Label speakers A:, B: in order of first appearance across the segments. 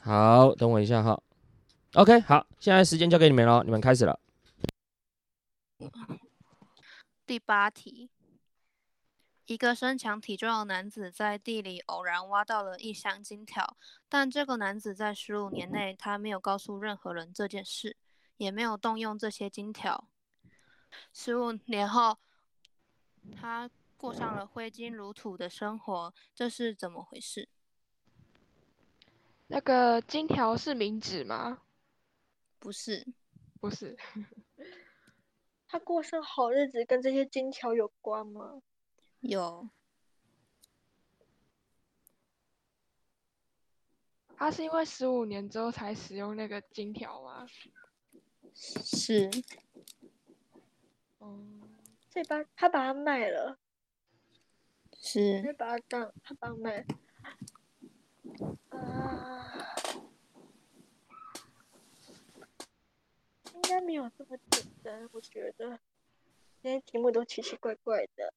A: 好，等我一下哈。OK，好，现在时间交给你们了，你们开始了。
B: 第八题，一个身强体壮的男子在地里偶然挖到了一箱金条，但这个男子在十五年内他没有告诉任何人这件事，也没有动用这些金条。十五年后，他过上了挥金如土的生活，这是怎么回事？
C: 那个金条是冥纸吗？
B: 不是，
C: 不是，
D: 他过上好日子跟这些金条有关吗？
B: 有
C: 他是因为十五年之后才使用那个金条吗？
B: 是
C: 哦、
D: 所以把他把它卖了，就是把它当他把它卖。啊，应该没有这么简单，我觉得。今天题目都奇奇怪怪的，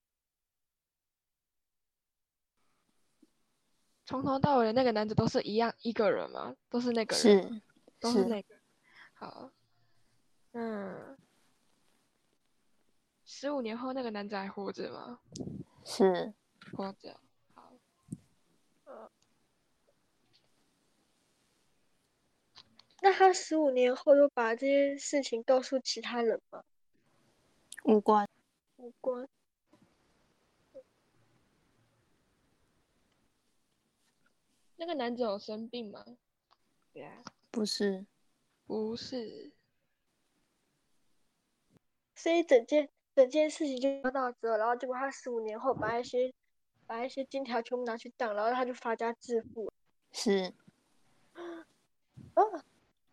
C: 从头到尾的那个男子都是一样一个人吗？都是那个人，
B: 是
C: 都
B: 是
C: 是那个。好，嗯，十五年后那个男子还活着吗？
B: 是
C: 活着。好，呃，
D: 那他十五年后又把这些事情告诉其他人吗？
B: 无关，
D: 无关。
C: 那个男子有生病吗？对啊，
B: 不是
C: 不是，
D: 所以整件整件事情就到这，然后结果他十五年后把一些把一些金条全部拿去当，然后他就发家致富了。
B: 是
D: 哦，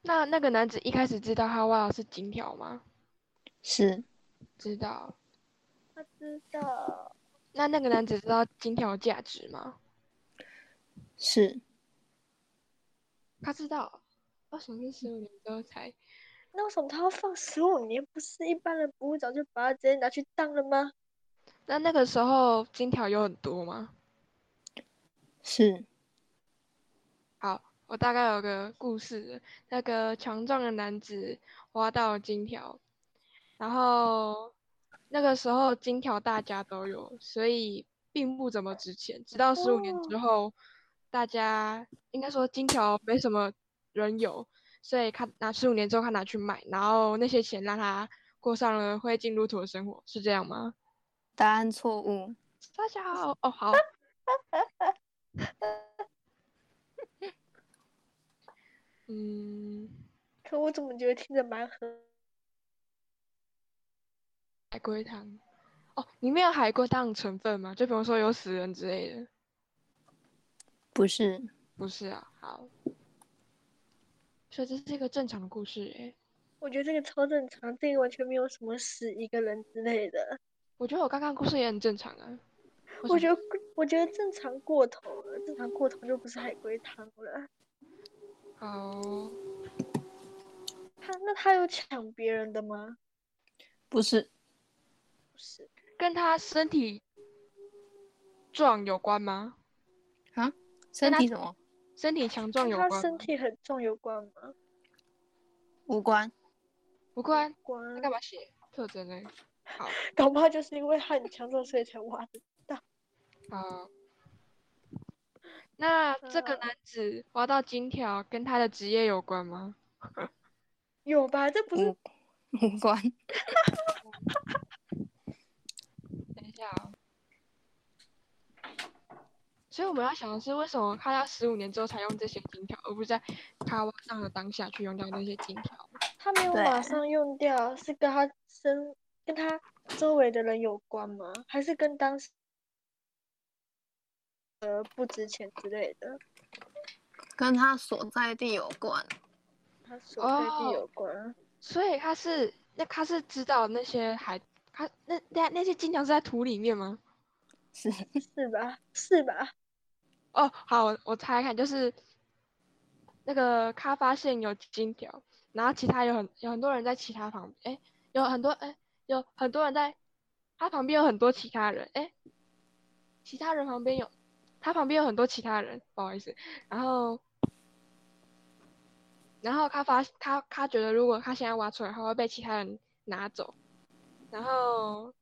C: 那那个男子一开始知道他挖的是金条吗？
B: 是
C: 知道。
D: 他知道，
C: 那那个男子知道金条的价值吗？
B: 是
C: 他知道。为什么是十五年之后才？
D: 那为什么他要放十五年？不是一般人不会早就把它直接拿去当了吗？
C: 那那个时候金条有很多吗？
B: 是
C: 好，我大概有个故事。那个强壮的男子挖到了金条，然后那个时候金条大家都有，所以并不怎么值钱。直到十五年之后，大家应该说金条没什么人有，所以他拿十五年之后他拿去卖，然后那些钱让他过上了挥金如土的生活，是这样吗？
B: 答案错误，
C: 大家 好，哦好。嗯，
D: 可我怎么觉得听着蛮合？
C: 海龟汤。哦，里面有海龟汤的成分吗？就比如说有死人之类的？
B: 不是
C: 不是啊，好。所以这是一个正常的故事诶、
D: 我觉得这个超正常，这个完全没有什么死一个人之类的。
C: 我觉得我刚刚故事也很正常啊。
D: 我
C: 得
D: 觉得我觉得正常过头了，正常过头就不是海龟汤了。
C: 好，
D: 他那他有抢别人的吗？
B: 不是
D: 不是，
C: 跟他身体壮有关吗？
B: 身
C: 他
B: 体什么
C: 身体强壮
D: 跟
C: 有
D: 他
C: 关
D: 身
C: 吗
D: 体很重有关吗？
B: 无关，
C: 不关，
D: 关
C: 他，干嘛写特征呢？好。
D: 搞不好就是因为他很强壮，所以才挖的。
C: 好， 那这个
D: 嗯
C: 男子挖到金条跟他的职业有关吗？
D: 有吧？这不是
B: 无无关，
C: 等一下哦、所以我们要想的是，为什么他要十五年之后才用这些金条，而不是在他挖上的当下去用掉那些金条？
D: 他没有
B: 对
D: 马上用掉，是跟他身跟他周围的人有关吗？还是跟当时呃不值钱之类的？
B: 跟他所在地有关，
D: 他所在地有关。啊
C: 所以他是那他是知道那些海，他那那那些金条是在土里面吗？
B: 是
D: 是吧？是吧？
C: 哦，好，我我猜看，就是那个他发现有金条，然后其他有很有很多人在其他旁，哎，有很多哎，有很多人在，他旁边有很多其他人，哎，其他人旁边有，他旁边有很多其他人，不好意思，然后然后他发他他觉得如果他现在挖出来的话，会被其他人拿走，然后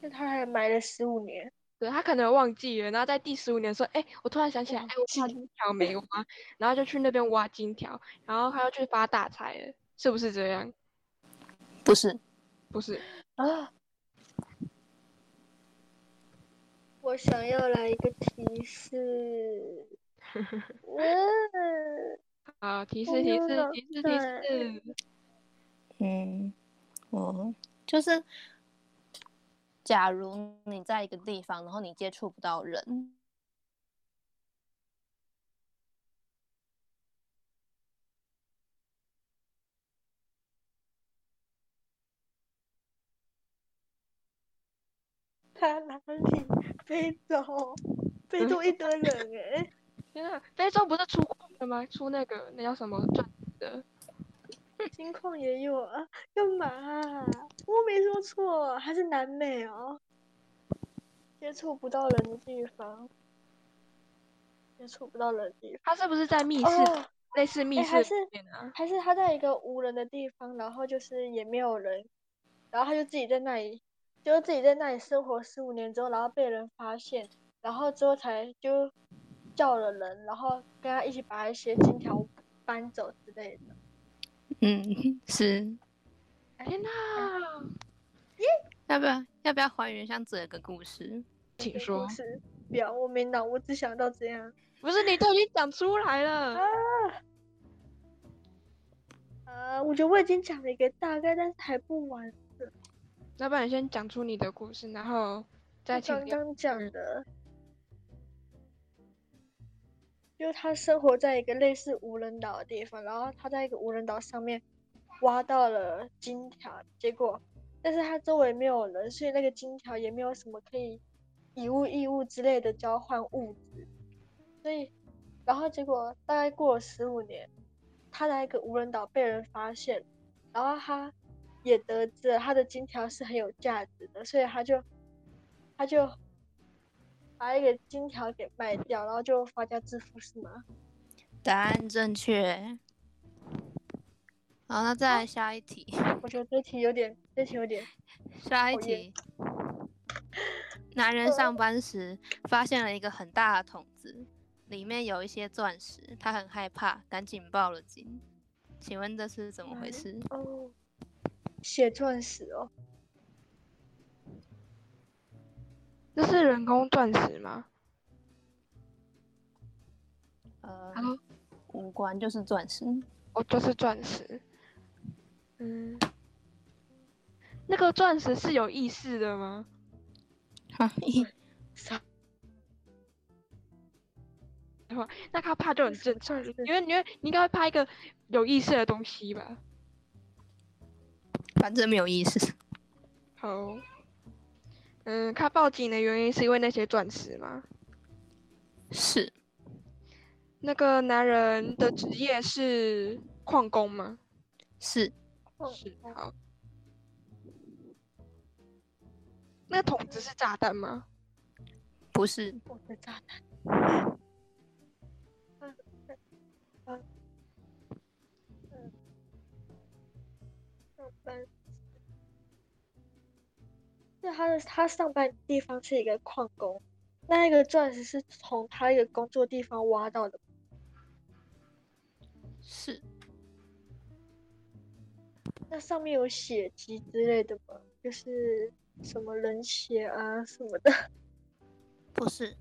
D: 那他还埋了十五年，
C: 对他可能忘记了，然后在第十五年说：“哎、我突然想起来，哎、
D: 忘
C: 我
D: 记
C: 挖金条没挖。”然后就去那边挖金条，然后他又去发大财了，是不是这样？
B: 不是，
C: 不是，
D: 啊！我想要来一个提示，嗯，
C: 啊，提
D: 我
C: 示提
D: 有
C: 示
D: 脑
C: 提示提
D: 袋
C: 示，
B: 嗯，我就是，假如你在一个地方，然后你接触不到人，
D: 他哪里？非洲，非洲一堆人哎、
C: 天啊，非洲不是出矿的吗？出那个那叫什么钻石的？
D: 金矿也有啊，干嘛啊、我没说错，还是南美哦。接触不到人的地方，接触不到人的地
C: 他是不是在密室
D: 方。哦，
C: 类似密
D: 哎
C: 室
D: 还
C: 里
D: 是
C: 面啊？
D: 还是他在一个无人的地方，然后就是也没有人，然后他就自己在那里，就是自己在那里生活十五年之后，然后被人发现，然后之后才就叫了人，然后跟他一起把一些金条搬走之类的。
B: 嗯，是。
C: 天哪，
B: 要不要要不要还原一下这个故事？
C: 请
D: 这个
C: 说
D: 故。事不要，我没脑，我只想到这样。
C: 不是你都已经讲出来
D: 啊
C: 了，
D: 呃，我觉得我已经讲了一个大概，但是还不完。
C: 要不然你先讲出你的故事，然后再
D: 我
C: 请
D: 刚
C: 你
D: 刚讲的，就是他生活在一个类似无人岛的地方，然后他在一个无人岛上面挖到了金条，结果，但是他周围没有人，所以那个金条也没有什么可以以物易物之类的交换物质，所以，然后结果大概过了十五年，他在一个无人岛被人发现，然后他也得知了他的金条是很有价值的，所以他就他就把一个金条给卖掉，然后就发家致富是吗？
B: 答案正确。好，那再来下一题，
D: 我觉得这题有点，这题有点
B: 下一
D: 讨厌
B: 题。男人上班时发现了一个很大的桶子，里面有一些钻石，他很害怕，赶紧报了警。请问这是怎么回事？
D: 哦，血钻石哦，
C: 这是人工钻石吗？
B: 呃
C: 好，
B: 无关，就是钻石。
C: 哦，就是钻石。嗯，那个钻石是有意识的吗？
D: 啥？
C: 那他怕就很正常，
D: 钻石
C: 因为你会你应该会怕一个有意识的东西吧？
B: 反正没有意思。
C: 好，嗯，他报警的原因是因为那些钻石吗？
B: 是
C: 那个男人的职业是矿工吗？
B: 是，
D: 哦
C: 是，好。那桶子是炸弹吗？
B: 不是
D: 我的嗯炸弹！嗯啊嗯上班对，他的他上班地方是一个矿工，那一个钻石是从他一个工作地方挖到的。
B: 是
D: 那上面有血迹之类的吗？就是什么人血啊什么的。
B: 不是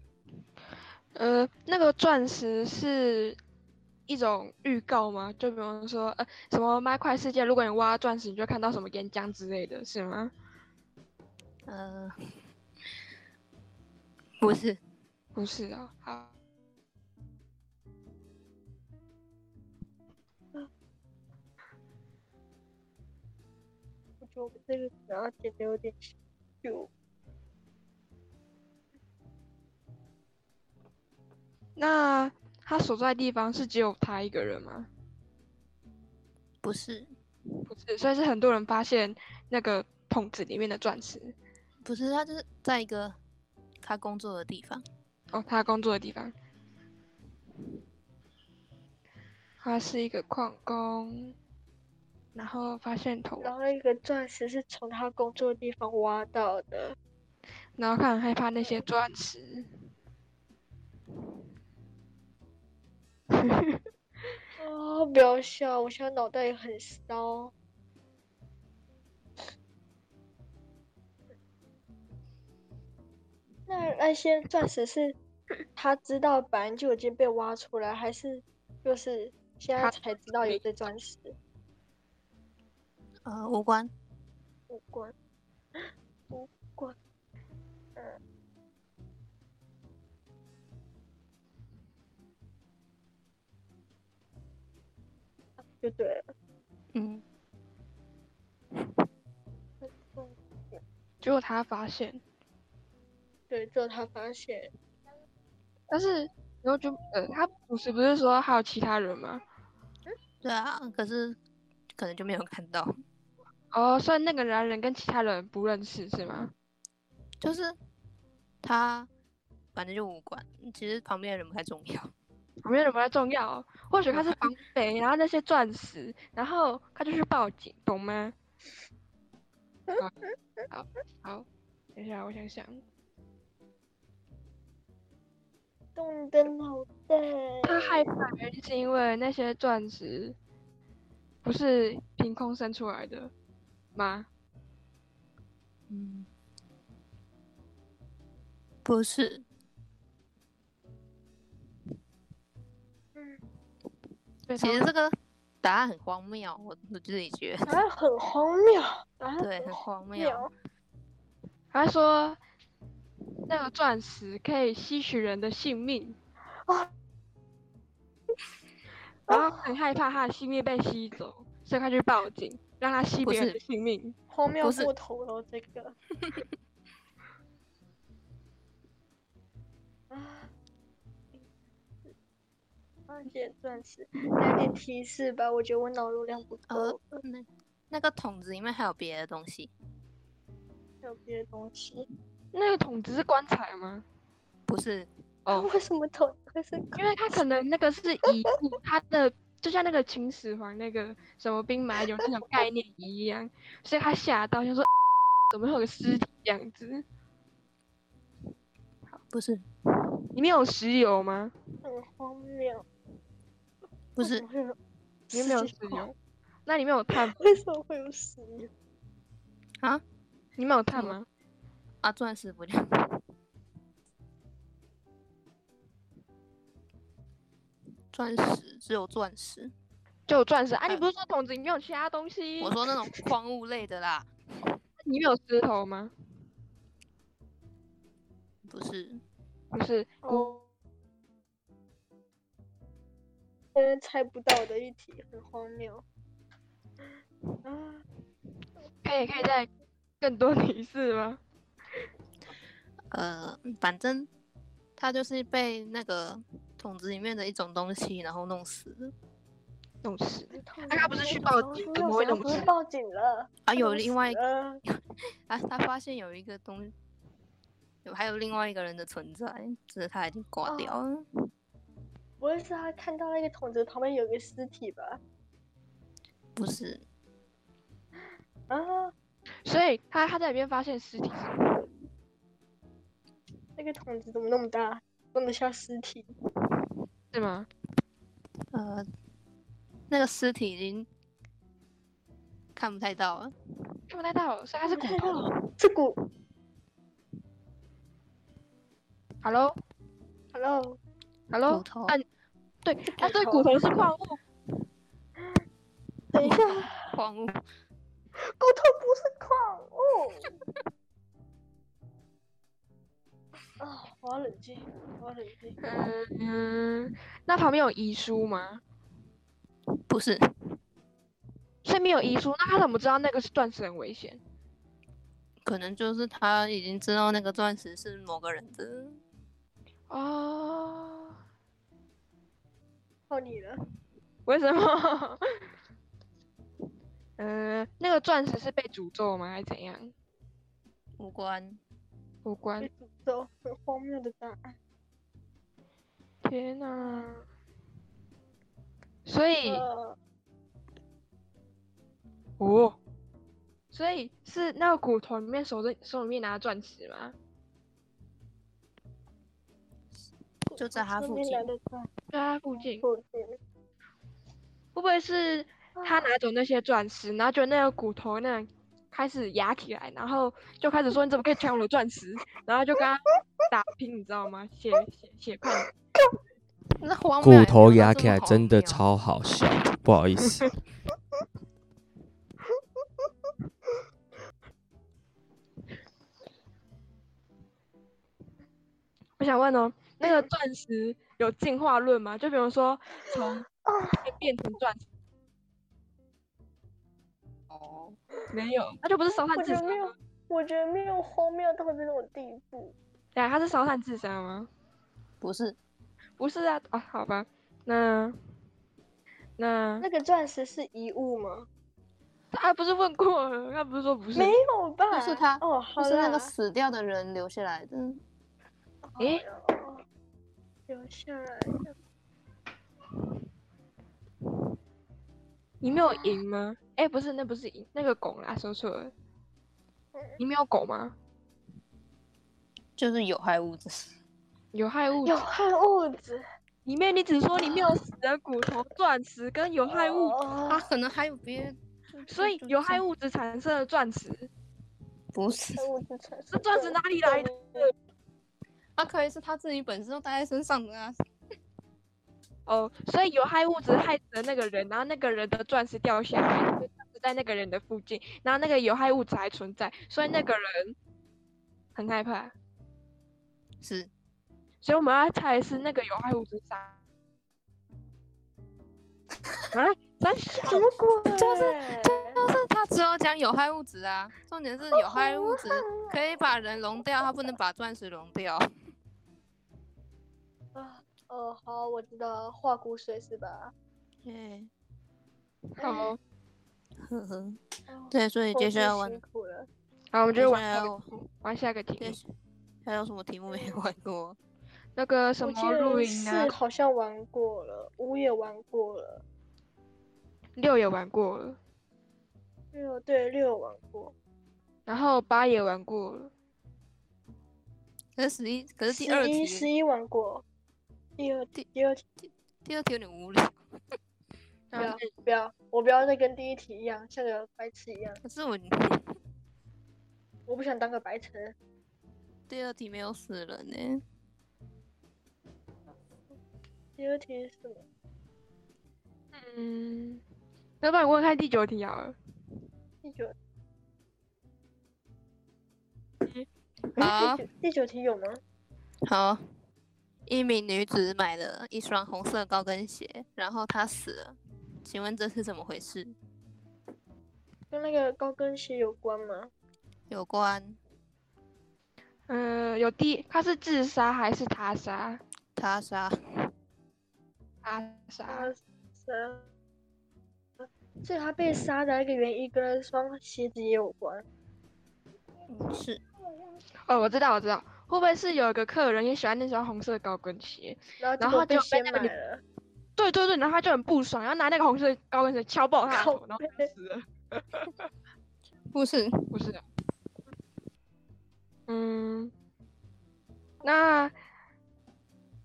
C: 呃，那个钻石是一种预告吗？就比方说，呃，什么《麦块世界》，如果你挖钻石，你就会看到什么岩浆之类的，是吗？
B: 呃，不是
C: 不是啊，好。
D: 我觉得我们这个可能要剪的有点久。
C: 那他所在的地方是只有他一个人吗？
B: 不是
C: 不是，所以是很多人发现那个桶子里面的钻石。
B: 不是，他就是在一个他工作的地方。
C: 哦，他工作的地方。他是一个矿工，然后发现头，
D: 然后那个钻石是从他工作的地方挖到的。
C: 然后他很害怕那些钻石。
D: 哦，不要笑，我现在脑袋也很烧。那那些钻石是 他知道本来就已经被挖出来，还是就是现在
C: 他
D: 才知道有这钻石？
B: 呃，无关。
D: 无关，无关。嗯，就对了。
B: 嗯，
C: 结果他发现，
D: 对，之后他发现，
C: 但是然后就呃，他不是不是说还有其他人吗？
B: 对啊，可是可能就没有看到，
C: 哦，所以那个男人跟其他人不认识是吗？
B: 就是他反正就无关。其实旁边的人不太重要。
C: 旁边人不太重要哦，或许他是 绑匪，然后那些钻石，然后他就去报警，懂吗？好，好，好，等一下，我想想，
D: 动你的脑袋。
C: 他害怕的原因是因为那些钻石不是凭空生出来的吗？
B: 嗯，不是，
D: 嗯，
C: 所以他
B: 其实这个答案很荒谬，我我自己觉
D: 答
B: 得，
D: 案哎很荒谬，哎答案
B: 对，
D: 很
B: 很
D: 荒
B: 荒谬。
D: 谬。
C: 他说那个钻石可以吸取人的性命，哦
D: 啊
C: 然后很害怕他的性命被吸走，所以他去报警，让他吸
B: 不
C: 别人
B: 是
C: 的性命。
D: 荒谬
B: 不是
D: 过头了，这 个。啊！二姐啊钻石，来点提示吧，我觉得我脑容量不
B: 呃
D: 够，
B: 那那个桶子里面还有别的东西，
D: 还有别的东西。
C: 那个桶子是棺材吗？
B: 不是？
C: 哦，
D: 为什么头会是
C: 因为他可能那个是遗物，他的就像那个秦始皇那个什么兵马俑那种概念一样，所以他吓到就说怎么会有个尸体这样子？
B: 不是，
C: 里面有石油吗？
D: 很荒谬？
B: 不
D: 为
B: 是
D: 什么，会有
C: 里面没有
D: 石
C: 石
D: 油
C: 油，那里面有碳？
D: 为什么会有石油？
B: 啊
C: 里面有碳
B: 么
C: 吗？
B: 啊，钻石不就？ 钻石只有钻石，
C: 就有钻石啊！你
B: 呃
C: 不是说桶子里面有其他东西？
B: 我说那种矿物类的啦，
C: 里面有石头吗？
B: 不是，
C: 不是，
D: 哦，嗯，猜不到的一题，很荒谬。啊，
C: 可以可以再更多提示吗？
B: 呃，反正它就是被那个桶子里面的一种东西然后弄死的
C: 弄死。
D: 嗯那
C: 他不是去报警怎么会那么
D: 不是
C: 惨
D: 报警了？
B: 啊，有另外一个
D: 个。
B: 啊，他发现有一个东，有还有另外一个人的存在，只是他已经挂
D: 哦
B: 掉了。
D: 不会是他看到那个桶子旁边有个尸体吧？
B: 不是，
D: 啊，
C: 所以他他在里面发现尸体是
D: 那个桶子怎么那么大，装得下尸体？
C: 是吗？
B: 呃，那个尸体已经看不太到了。
C: 看不太到，所以它是骨
D: 看
C: 头。
D: 到这股
C: Hello
D: ，Hello，
C: Hello，
B: 骨头
C: 啊，对，啊，对，
D: 头
C: 骨头是矿物，
D: 等一下，
B: 矿物
D: 骨头不是矿哦物。啊，我要冷静，我要冷静。
C: 嗯，那旁边有遗书吗？
B: 不是，
C: 所以没有遗书，那他怎么知道那个是钻石很危险？
B: 可能就是他已经知道那个钻石是某个人的。
C: 哦，
D: 靠你了，
C: 为什么？ 嗯，那个钻石是被诅咒吗？还是怎样？
B: 无关，
C: 无关
D: 被。诅咒，很荒谬的答案。
C: 天哪！所以
D: 呃，
C: 哦，所以是那个骨头里面手里手里面拿钻石吗？
B: 就在它
D: 我
B: 附
D: 哦身边
B: 近
D: 来的在
C: 在他附近，会
D: 啊附近，
C: 不会是
D: 啊
C: 他拿走那些钻石，然后就那个骨头那样开始压起来，然后就开始说你怎么可以抢我的钻石，然后就跟他打拼，你知道吗？
D: 哦
C: 血血血判
B: 那荒
A: 骨
B: 谬
A: 头压起来真的，超好笑，不好意 思。
C: 我想问哦，那
D: 嗯
C: 个钻石有进化论吗？就比如说从
D: 啊
C: 变成钻石，
B: 哦，
C: 没有，那就不是烧炭
D: 我
C: 自
D: 觉
C: 杀
D: 得没
C: 吗
D: 有？，我觉得没有荒谬到这种地步。
C: 对啊，他是烧炭自杀吗？
B: 不是
C: 不是啊，啊，好吧，那那
D: 那个钻石是遗物吗？
C: 他不是问过了，他不是说不是？
D: 没有吧？
B: 就是他
D: 哦，
B: 就
D: 好
B: 是那个
D: 啦
B: 死掉的人留下来的。
C: 诶，
D: 哦留下来的
C: 你没有赢吗？哎、不是，那不是赢，那个拱啦，说错了。你没有狗吗？
B: 就是有害物质，
C: 有害物质
D: 有害物质，
C: 里面，你只说里面有死的骨头、钻石跟有害物质，
D: 哦
B: 他可能还有别，就
C: 所以
B: 就
C: 有害
B: 就
C: 物质产生的钻石，
B: 不是
D: 有害物质产生
C: 这钻石哪里来的？
D: 的？
B: 它可以是他自己本身就带在身上的啊。
C: 哦，所以有害物质害死了那个人，然后那个人的钻石掉下来，那个钻石在那个人的附近，然后那个有害物质还存在，所以那个人很害怕。
B: 是，
C: 所以我们要猜的是那个有害物质杀。啊，三小
D: 什么鬼？
B: 就是就是他只有讲有害物质啊，重点是有害物质可以把人融掉，它不能把钻石融掉。
D: 啊哦，好，我知道化骨水是吧？
B: 对，
C: 好，
B: 呵呵，
D: 哦
B: 对，所以接下来
D: 我
B: 玩
D: 最辛，苦了，
C: 好，我们
B: 接
C: 就
B: 下
C: 玩下
B: 来
C: 个
D: 哦
B: 我
C: 玩下个题
B: 接
C: 目，
B: 下还有什么题目没玩过？
C: 那个什
D: 我记
C: 么露
D: 得
C: 营啊
D: 四，好像玩过了，五也玩过了，
C: 六也玩过了，
D: 六对六有玩过，
C: 然后八也玩过了，
B: 可是十一，可是第
D: 十
B: 二
D: 一十
B: 题，
D: 一玩过，第二
B: 第
D: 第二题
B: 第二题有点无聊。
C: 然后
D: 不要，我不要再跟第一题一样，像个白痴一样，
B: 可是我
D: 我不想当个白痴。
B: 第二题没有死人呢、
D: 第二题是什么？
C: 嗯，要不然我问看第九题好了。
D: 第九
C: 嗯
B: 好
C: 啊
D: 第九第九题有吗？
B: 好，一名女子买了一双红色高跟鞋，然后她死了，请问这是怎么回事？
D: 跟那个高跟鞋有关吗？
B: 有关
C: 嗯，有第，他是自杀还是他杀？
B: 他杀，
C: 他杀
D: 他杀，所以他被杀的那个原因跟那双鞋子也有关。
B: 是
C: 哦，我知道，我知道，会不会是有一个客人也喜欢那双红色高跟鞋？
D: 然后结
C: 然
D: 果
C: 后
D: 被
C: 就被
D: 先
C: 那
D: 买
C: 个女
D: 了，
C: 对对对，然后他就很不爽，然后拿那个红色高跟鞋敲爆他的
D: 靠
C: 头，然后他
D: 背
C: 就死了。
B: 不是？
C: 不是啊、嗯，那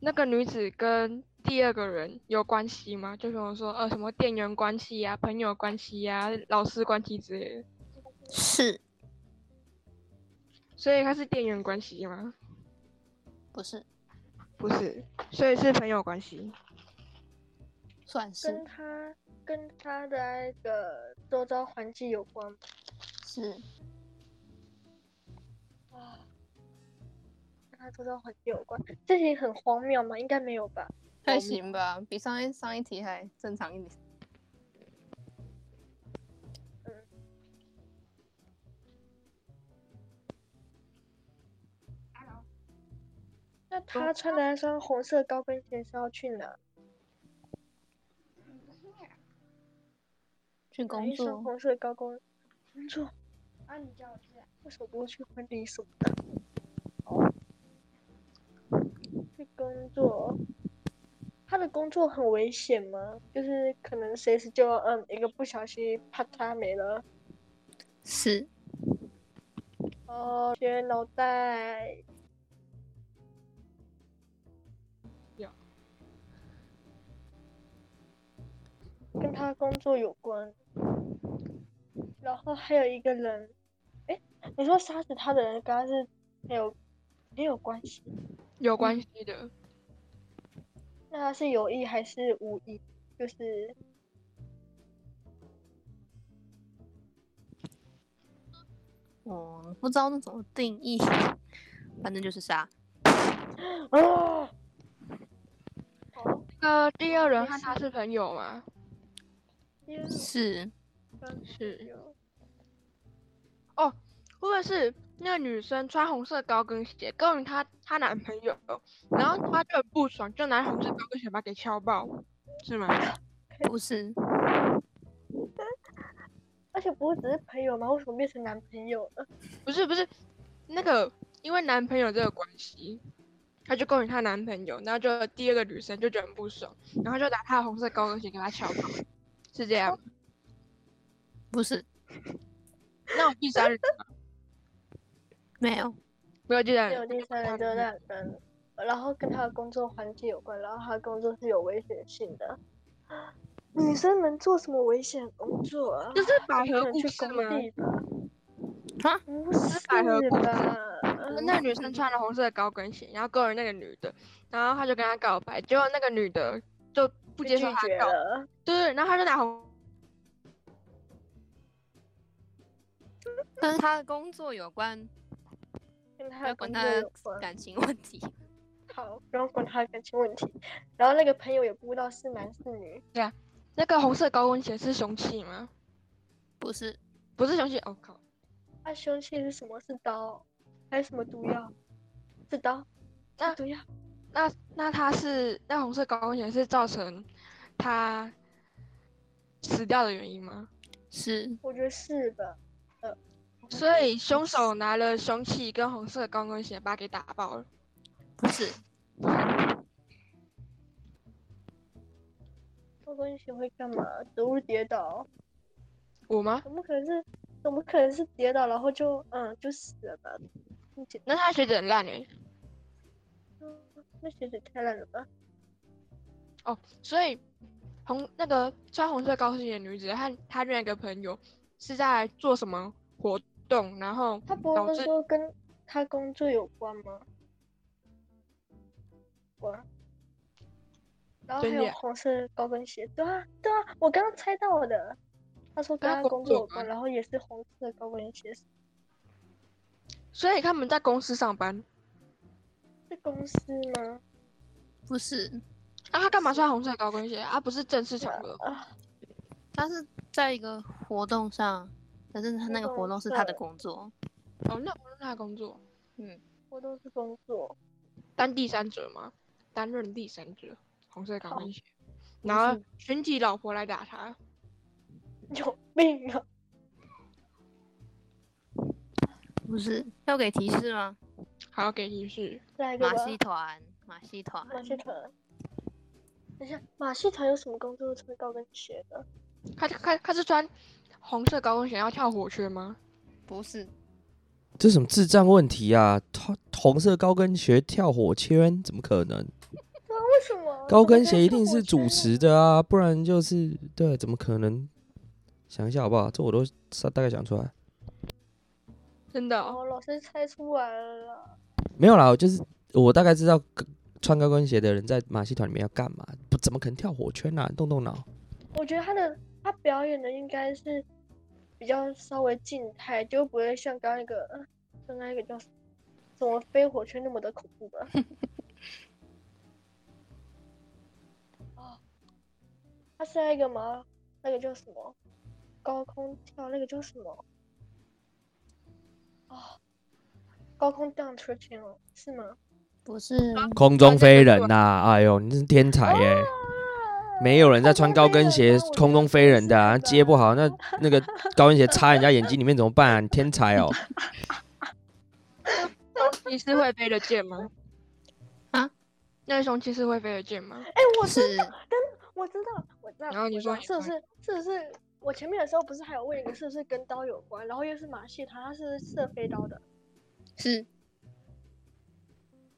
C: 那个女子跟第二个人有关系吗？就比如说呃什么店员关系呀、朋友关系呀、老师关系之类的，
B: 是
C: 所以他是店员关系吗？
B: 不是？
C: 不是，所以是朋友关系。
B: 算
D: 跟他跟他的那个周遭环境有关吗。
B: 是
D: 啊，跟他周遭环境有关，这题很荒谬吗？应该没有吧？
B: 还行吧，比上一上一题还正常一点。
D: 那他穿的那双红色高跟鞋是要去哪？
B: 去
D: 哪
B: 工
D: 一双
B: 作
D: 红色高跟工作？啊，你叫我去啊？为什么不去婚礼什么的？去工作，他的工作很危险吗？就是可能随时就嗯一个不小心啪嚓没了。
B: 是
D: 哦，学脑袋。
C: 有
D: 跟他工作有关，然后还有一个人，哎，你说杀死他的人跟他是没有没有关系，
C: 有关系的，
D: 那他是有意还是无意？就是
B: 我不知道那怎么定义，反正就是杀。
D: 啊，
C: 那个第二人
D: 没
C: 和
D: 事
C: 他是朋友吗？
D: 因为
B: 是
C: 是，哦
D: 有
C: 或者是那个女生穿红色高跟鞋勾引她她男朋友，然后她就很不爽，就拿红色高跟鞋把她给敲爆，是吗？
B: 不是？
D: 而且不是只是朋友吗？为什么变成男朋友了？
C: 不是不是，那个因为男朋友这个关系，她就勾引她男朋友，然后就第二个女生就觉得很不爽，然后就拿她的红色高跟鞋给她敲爆，是这样吗。
B: 不是？
C: 那我第三人吗
B: 没有，
C: 没有第三
D: 没有
C: 人，
D: 第三人
C: 嗯
D: 就是那人，然后跟他的工作环境有关，然后他的工作是有危险性的。女生能做什么危险工作啊？
C: 这是百合
D: 能
C: 故
D: 去
C: 事
D: 工
C: 吗？
D: 地吧？
B: 啊
D: 不是
C: 百合故事
D: 吧？嗯
C: 那个女生穿了红色的高跟鞋，然后勾引那个女的，然后他就跟她告白，结果那个女的就不
D: 不
C: 接
D: 拒
C: 受他
D: 绝
C: 告白，
D: 了。
C: 对对，然后他就拿红，
B: 跟他的工作有关，
D: 跟他
B: 不要
D: 的
B: 管
D: 工
B: 他
D: 作有关
B: 的感情问题。
D: 好，不用管他的感情问题。然后那个朋友也不知道是男是女，
C: 那个红色高跟鞋是凶器吗？
B: 不是，
C: 不是凶器，哦靠，
D: 他凶器是什么？是刀，还是什么毒药？是刀，
C: 那
D: 是毒药。
C: 那那他是那红色高跟鞋是造成他死掉的原因吗？
D: 嗯
B: 是
D: 我觉得是吧。呃，
C: 所以凶手拿了凶器跟红色高跟鞋把他给打爆了，
B: 不是？
D: 高跟鞋会干嘛？植物跌倒，
C: 我吗？
D: 怎么可能是？怎么可能是跌倒然后就嗯就死了吧？那鞋
C: 那他学姐很烂欸诶、
D: 嗯那鞋子太烂了吧？
C: 所以红那个穿红色高跟鞋的女子和她另外一个朋友是在做什么活动？然后
D: 他不会
C: 导
D: 跟
C: 致
D: 说跟他工作有关吗？关。然后还
C: 真
D: 有
C: 假
D: 红色高跟鞋，对啊对啊，我刚刚猜到的。他说
C: 跟
D: 跟
C: 他
D: 他
C: 工
D: 工
C: 作
D: 作
C: 有
D: 有关，然后也是红色高跟鞋，
C: 所以他们在公司上班，
D: 是公司吗？
B: 不是？
C: 那、他啊干嘛穿红色高跟鞋啊？不是正式场合，
B: 他是在一个活动上，但是他那个活动是他的工作。
C: 哦，那不是他的工作，
D: 我都是工作，
C: 当第三者吗？担任第三者，红色高
D: 好
C: 跟鞋，然后群体老婆来打他，
D: 有病啊！
B: 不是，
D: 嗯
B: 要给提示吗？
C: 还要给提示，
D: 来一个
B: 马
D: 吧。
B: 戏团，马戏团，
D: 马戏团。等一下，马戏团有什么工作穿高跟鞋的？
C: 他他他是穿红色高跟鞋要跳火圈吗？
B: 不是，
A: 这什么智障问题啊？红红色高跟鞋跳火圈，怎么可能？
D: 对啊，为什么？
A: 高
D: 怎么可以
A: 跟鞋一
D: 跳
A: 定
D: 火
A: 是主
D: 圈
A: 持
D: 呢。
A: 的啊，不然就是对，怎么可能？想一下好不好？这我都大大概想出来，
C: 真的哦、
D: 哦，老师猜出来了啦。
A: 没有啦，我就是我大概知道跟穿高跟鞋的人在马戏团里面要干嘛，不怎么可能跳火圈啊？动动脑，
D: 我觉得他的他表演的应该是比较稍微静态，就不会像刚刚那个呃刚刚那个叫什么怎么飞火圈那么的恐怖吧。 哦，他是那个吗？那个叫什么？高空跳那个叫什么？哦，高空荡秋千哦，是吗？
B: 不是，
A: 空中飞人呐、哎呦，你真是天才耶、没有人在穿高跟鞋哦空中飞人的、啊，接不好那那个高跟鞋插人家眼睛里面怎么办、啊？你天才 哦、
C: 你是会飞得见吗？
B: 啊？
C: 那雄其实会飞得见吗？
D: 哎、我知
B: 是
D: 道，跟我知道，我知道。
C: 然后你
D: 我知
C: 说
D: 道
C: 你
D: 啊是不
C: 会
D: 是是不是我前面的时候不是还有问一个是不是跟刀有关，然后又是马戏团，它是射飞刀的，
B: 是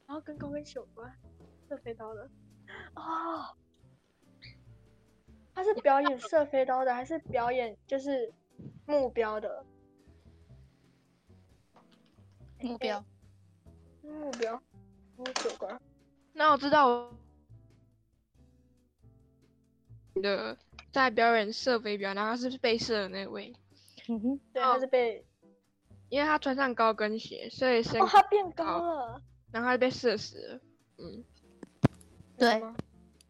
D: 然后跟高跟鞋有关，射飞刀的。哦，他是表演射飞刀的，还是表演就是目标的？
B: 目标，
D: 哎目标，目标有关。
C: 那我知道我的在表演射飞镖，然后他是被射的那位，
E: 嗯哼，
D: 对，他
C: 哦
D: 是被
C: 因为他穿上高跟鞋，所以身
D: 哦，他变高
C: 好
D: 了，
C: 然后他就被射死了。嗯，
B: 对
D: 没了吗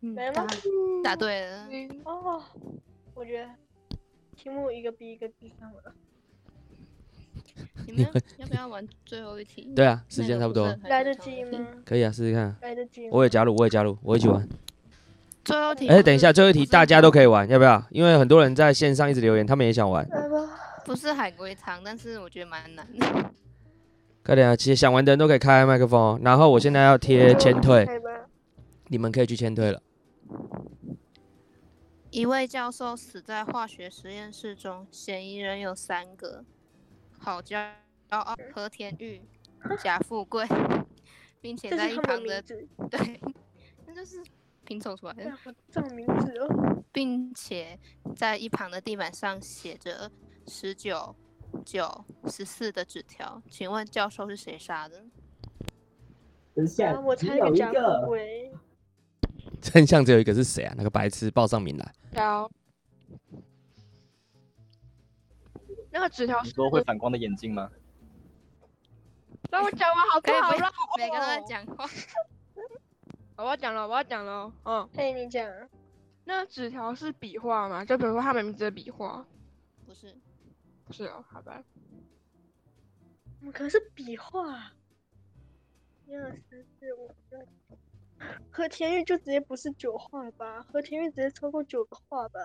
E: 嗯
D: 没了吗？
B: 答对了。
C: 嗯
D: 哦，我觉得题目一个比一个低上了。
B: 你们要要不要玩最后一题？
A: 对啊，
B: 那
A: 时
B: 个
A: 间差不多
B: 是
A: 了，
B: 很
D: 来得
B: 长的
D: 及
B: 题？
D: 吗？
A: 可以啊，试试看啊。
D: 来得及吗？
A: 我也加入，我也加入，我一起玩。
B: 最后一题，
A: 哎，等一下，最后一题大家都
B: 以。
A: 可以玩，要不要？因为很多人在线上一直留言，他们也想玩。
D: 来吧，
B: 不是海龟汤，但是我觉得蛮难的。
A: 快点啊！其实想玩的人都可以开麦克风哦。然后我现在要贴签 退，
D: 来吧。
A: 你们可以去签退了。
B: 一位教授死在化学实验室中，嫌疑人有三个：郝佳傲、和田玉、贾富贵，并且
D: 这
B: 在
D: 是
B: 一
D: 他们的
B: 旁
D: 名
B: 的
D: 字，
B: 对，那就是拼凑出来的，嗯
D: 这种名字哦。
B: 并且在一旁的地板上写着十九、九、十四的纸条。请问教授是谁杀的？
F: 等一
D: 然
F: 下
D: 后，我
F: 只
D: 猜
F: 啊有一
D: 贾富
F: 个，
D: 贵，
A: 真相只有一个是谁啊？那个白痴报上名来。
C: 条，那个纸条
G: 你
C: 是
G: 说会反光的眼镜吗？
C: 让我讲完好不
B: 可以
C: 好
B: 不
C: 啦
B: 要？每个都在
C: 哦，
B: 讲话。
C: 我要讲了，我要讲了。嗯，
D: 哎，你讲，
C: 那纸条是笔画吗？就比如说他们名字的笔画，
B: 不是，
C: 不是哦，好吧。
D: 嗯可是笔画。一二三四五六，和田玉就直接不是九画吧？和田玉直接超过九个画吧？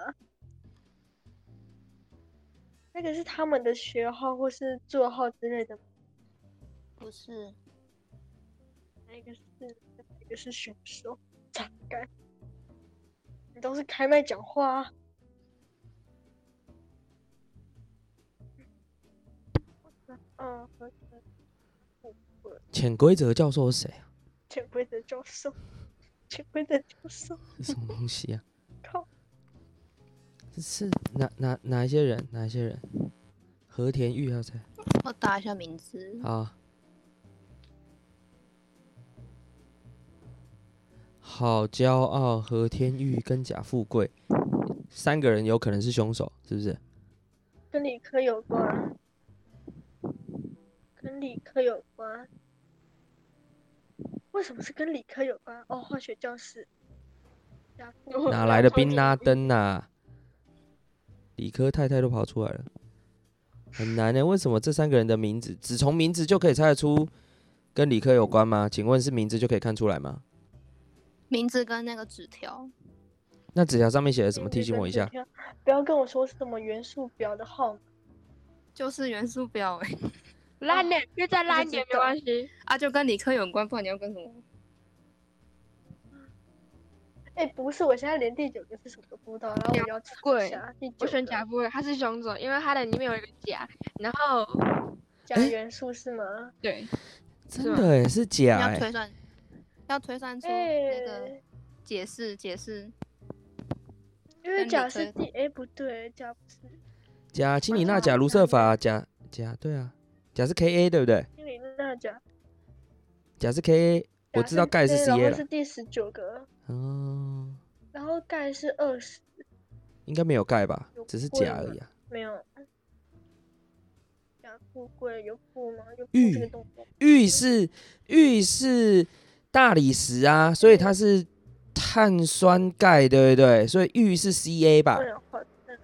D: 那个是他们的学号或是座号之类的吗，
B: 不是，
D: 哪一个是哪一个是选手？惨该，你都是开麦讲话、啊。嗯，和田
A: 潜规则教授是谁啊？
D: 潜规则教授，潜规则教授，
A: 是什么东西啊？
D: 靠，
A: 这是哪哪哪一些人？哪一些人？和田玉还有谁？
B: 我打一下名字。
A: 啊，好骄傲！和天玉跟贾富贵三个人有可能是凶手，是不是？
D: 跟理科有关，跟理科有关。为什么是跟理科有关？哦，化学教室。然后
A: 哪
C: 我
A: 来的
C: 超
A: 宾
C: 级
A: 拉登呐？理科太太都跑出来了，很难欸呢。为什么这三个人的名字只从名字就可以猜得出跟理科有关吗？请问是名字就可以看出来吗？
B: 名字跟那个纸条，
A: 那纸条上面写的什
D: 怎
A: 么？提醒我一下。？
D: 不要跟我说什么元素表的号码，
B: 就是元素表哎、
C: 烂点，就再烂一点
D: 知
C: 没
D: 道
C: 关系。
B: 啊，就跟理科有关，不然你要跟什么？
D: 哎、不是，我现在连第九个是什么都不知道，然后我要查一
C: 贵
D: 下第九
C: 我
D: 个
C: 选甲不会，他是凶手，因为他的里面有一个甲，然后
D: 加元素是吗？
C: 对，
A: 真的哎，是假
B: 要
A: 哎
B: 推。算，要推算出那个
D: 哎
B: 解释解释。
D: 因为
B: 跟理
D: 甲是
B: 科
D: 第，哎、不对，甲不是
A: 甲氢里钠
D: 好
A: 钾
D: 像
A: 卢瑟法钾钾对啊，钾是 Ka 对不对？
D: 心理那甲。
A: 钾是 Ka，我
D: 甲
A: 知道钙是
D: C，然
A: Ca
D: 后
A: 了
D: 是。第十九个，
A: 哦，
D: 然后钙是二十，
A: 应该没有钙吧
D: 有，
A: 只是
D: 贵
A: 钾
D: 吗
A: 而已啊。
D: 没有。甲富贵有富吗？有富
A: 玉
D: 这个动作。
A: 玉是玉是大理石啊，所以它是碳酸钙，对不对？所以玉是 Ca 吧
D: 二？氧化碳。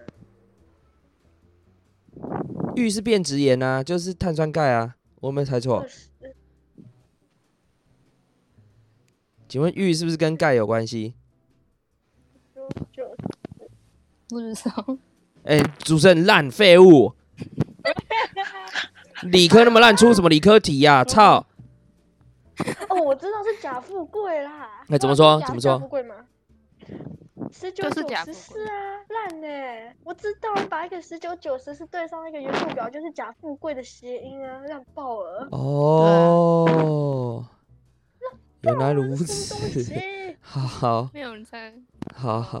A: 玉是变质岩啊，就是碳酸钙啊。我有没有猜错
D: 二？十。
A: 请问玉是不是跟钙有关系？
D: 九九
B: 不知道，
A: 哎、主持人烂废物， 理科那么烂，出什么理科题呀、操！
D: 哦，我知道是假富贵啦。
A: 哎怎么
D: 不然
A: 说
D: 不是
A: 怎么
D: 假
A: 说
D: 假富贵吗？十九
B: 就是
D: 九
B: 假
D: 十
B: 富贵
D: 四啊，烂呢、我知道，你把一个十九九十四对上那个元素表，就是假富贵的谐音啊，烂爆了。
A: 哦，原来
D: 啊
A: 如
D: 这什么东
A: 此，
D: 西
A: 好好
B: 没有人在。
A: 好好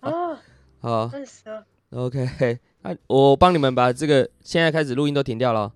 D: 啊，
A: 好
D: 真是的。啊
A: ，OK，那我帮你们把这个现在开始录音都停掉了哦。